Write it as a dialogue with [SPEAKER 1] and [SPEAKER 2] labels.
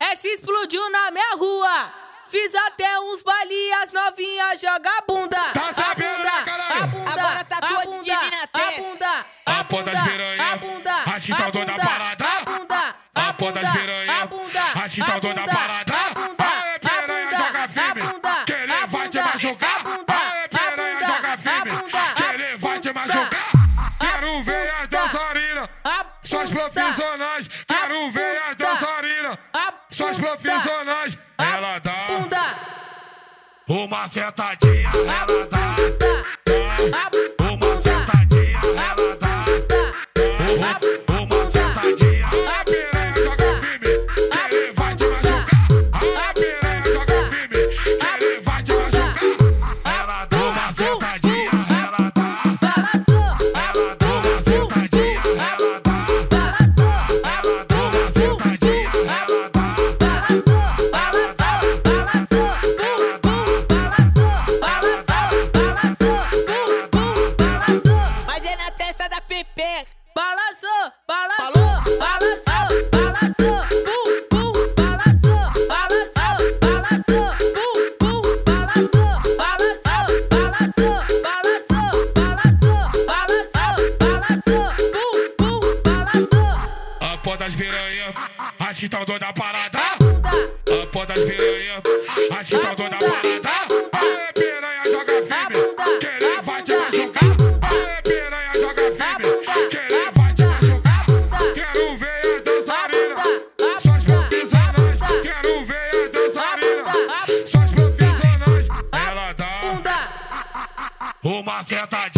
[SPEAKER 1] é, se explodiu na minha rua. Fiz até uns balias novinhas, joga a bunda.
[SPEAKER 2] Tá sabendo,
[SPEAKER 1] a
[SPEAKER 2] né,
[SPEAKER 1] bunda,
[SPEAKER 2] caralho?
[SPEAKER 1] a bunda,
[SPEAKER 3] Agora tá
[SPEAKER 1] a
[SPEAKER 3] doido de
[SPEAKER 1] bunda,
[SPEAKER 3] vir na
[SPEAKER 1] a
[SPEAKER 3] testa.
[SPEAKER 1] bunda,
[SPEAKER 2] A ponta de piranha.
[SPEAKER 1] a bunda,
[SPEAKER 2] Acho que tá
[SPEAKER 1] a
[SPEAKER 2] o doido da
[SPEAKER 1] bunda,
[SPEAKER 2] parada.
[SPEAKER 1] A bunda,
[SPEAKER 2] A ponta de piranha.
[SPEAKER 1] a bunda,
[SPEAKER 2] Acho que tá o doido da
[SPEAKER 1] a bunda,
[SPEAKER 2] parada.
[SPEAKER 1] A bunda,
[SPEAKER 2] Aê, piranha,
[SPEAKER 1] a bunda,
[SPEAKER 2] joga firme.
[SPEAKER 1] a bunda,
[SPEAKER 2] Querer
[SPEAKER 1] a
[SPEAKER 2] vai te
[SPEAKER 1] bunda,
[SPEAKER 2] machucar.
[SPEAKER 1] a bunda,
[SPEAKER 2] Aê, piranha,
[SPEAKER 1] a
[SPEAKER 2] joga firme.
[SPEAKER 1] bunda, a
[SPEAKER 2] Querer vai te
[SPEAKER 1] bunda,
[SPEAKER 2] machucar.
[SPEAKER 1] a
[SPEAKER 2] Quero ver as
[SPEAKER 1] bunda,
[SPEAKER 2] dançarinas.
[SPEAKER 1] a
[SPEAKER 2] Suas
[SPEAKER 1] bunda,
[SPEAKER 2] profissionais. Quero ver as
[SPEAKER 1] bunda,
[SPEAKER 2] dançarinas.
[SPEAKER 1] a
[SPEAKER 2] Suas
[SPEAKER 1] bunda,
[SPEAKER 2] profissionais.
[SPEAKER 1] a
[SPEAKER 2] Ela dá
[SPEAKER 1] bunda.
[SPEAKER 2] uma sentadinha. Ela dá. dá Uma sentadinha. tá- Ela dá. Uma, uma sentadinha. A piranha joga firme, que ele vai te machucar. A piranha joga firme, que ele vai te machucar. Ela dá uma sentadinha, ela dá. Ela dá uma sentadinha, ela dá. Ela dá uma sentadinha, ela dá. Ela dá, ela dá.
[SPEAKER 3] Mas é na testa da Pepeca.
[SPEAKER 1] Balançou,
[SPEAKER 3] Falou?
[SPEAKER 1] balançou, balançou, balançou, bum, bum, balançou, balançou, balançou, bum, bum, balançou, balançou, balançou, balançou, balançou, balançou, balançou, bum, bum, balançou.
[SPEAKER 2] A ponta das piranha, acho que tá o doido da parada.
[SPEAKER 1] Bunda,
[SPEAKER 2] A ponta das piranha, acho que tá o doido da parada. Aê, piranha, joga firme, que ele vai te machucar. Aê, piranha, joga firme, que ele vai te machucar. Quero ver as dançarinas, suas profissionais. Quero ver as dançarinas, suas profissionais. Ela dá
[SPEAKER 1] bunda.
[SPEAKER 2] uma sentadinha. É.
[SPEAKER 3] é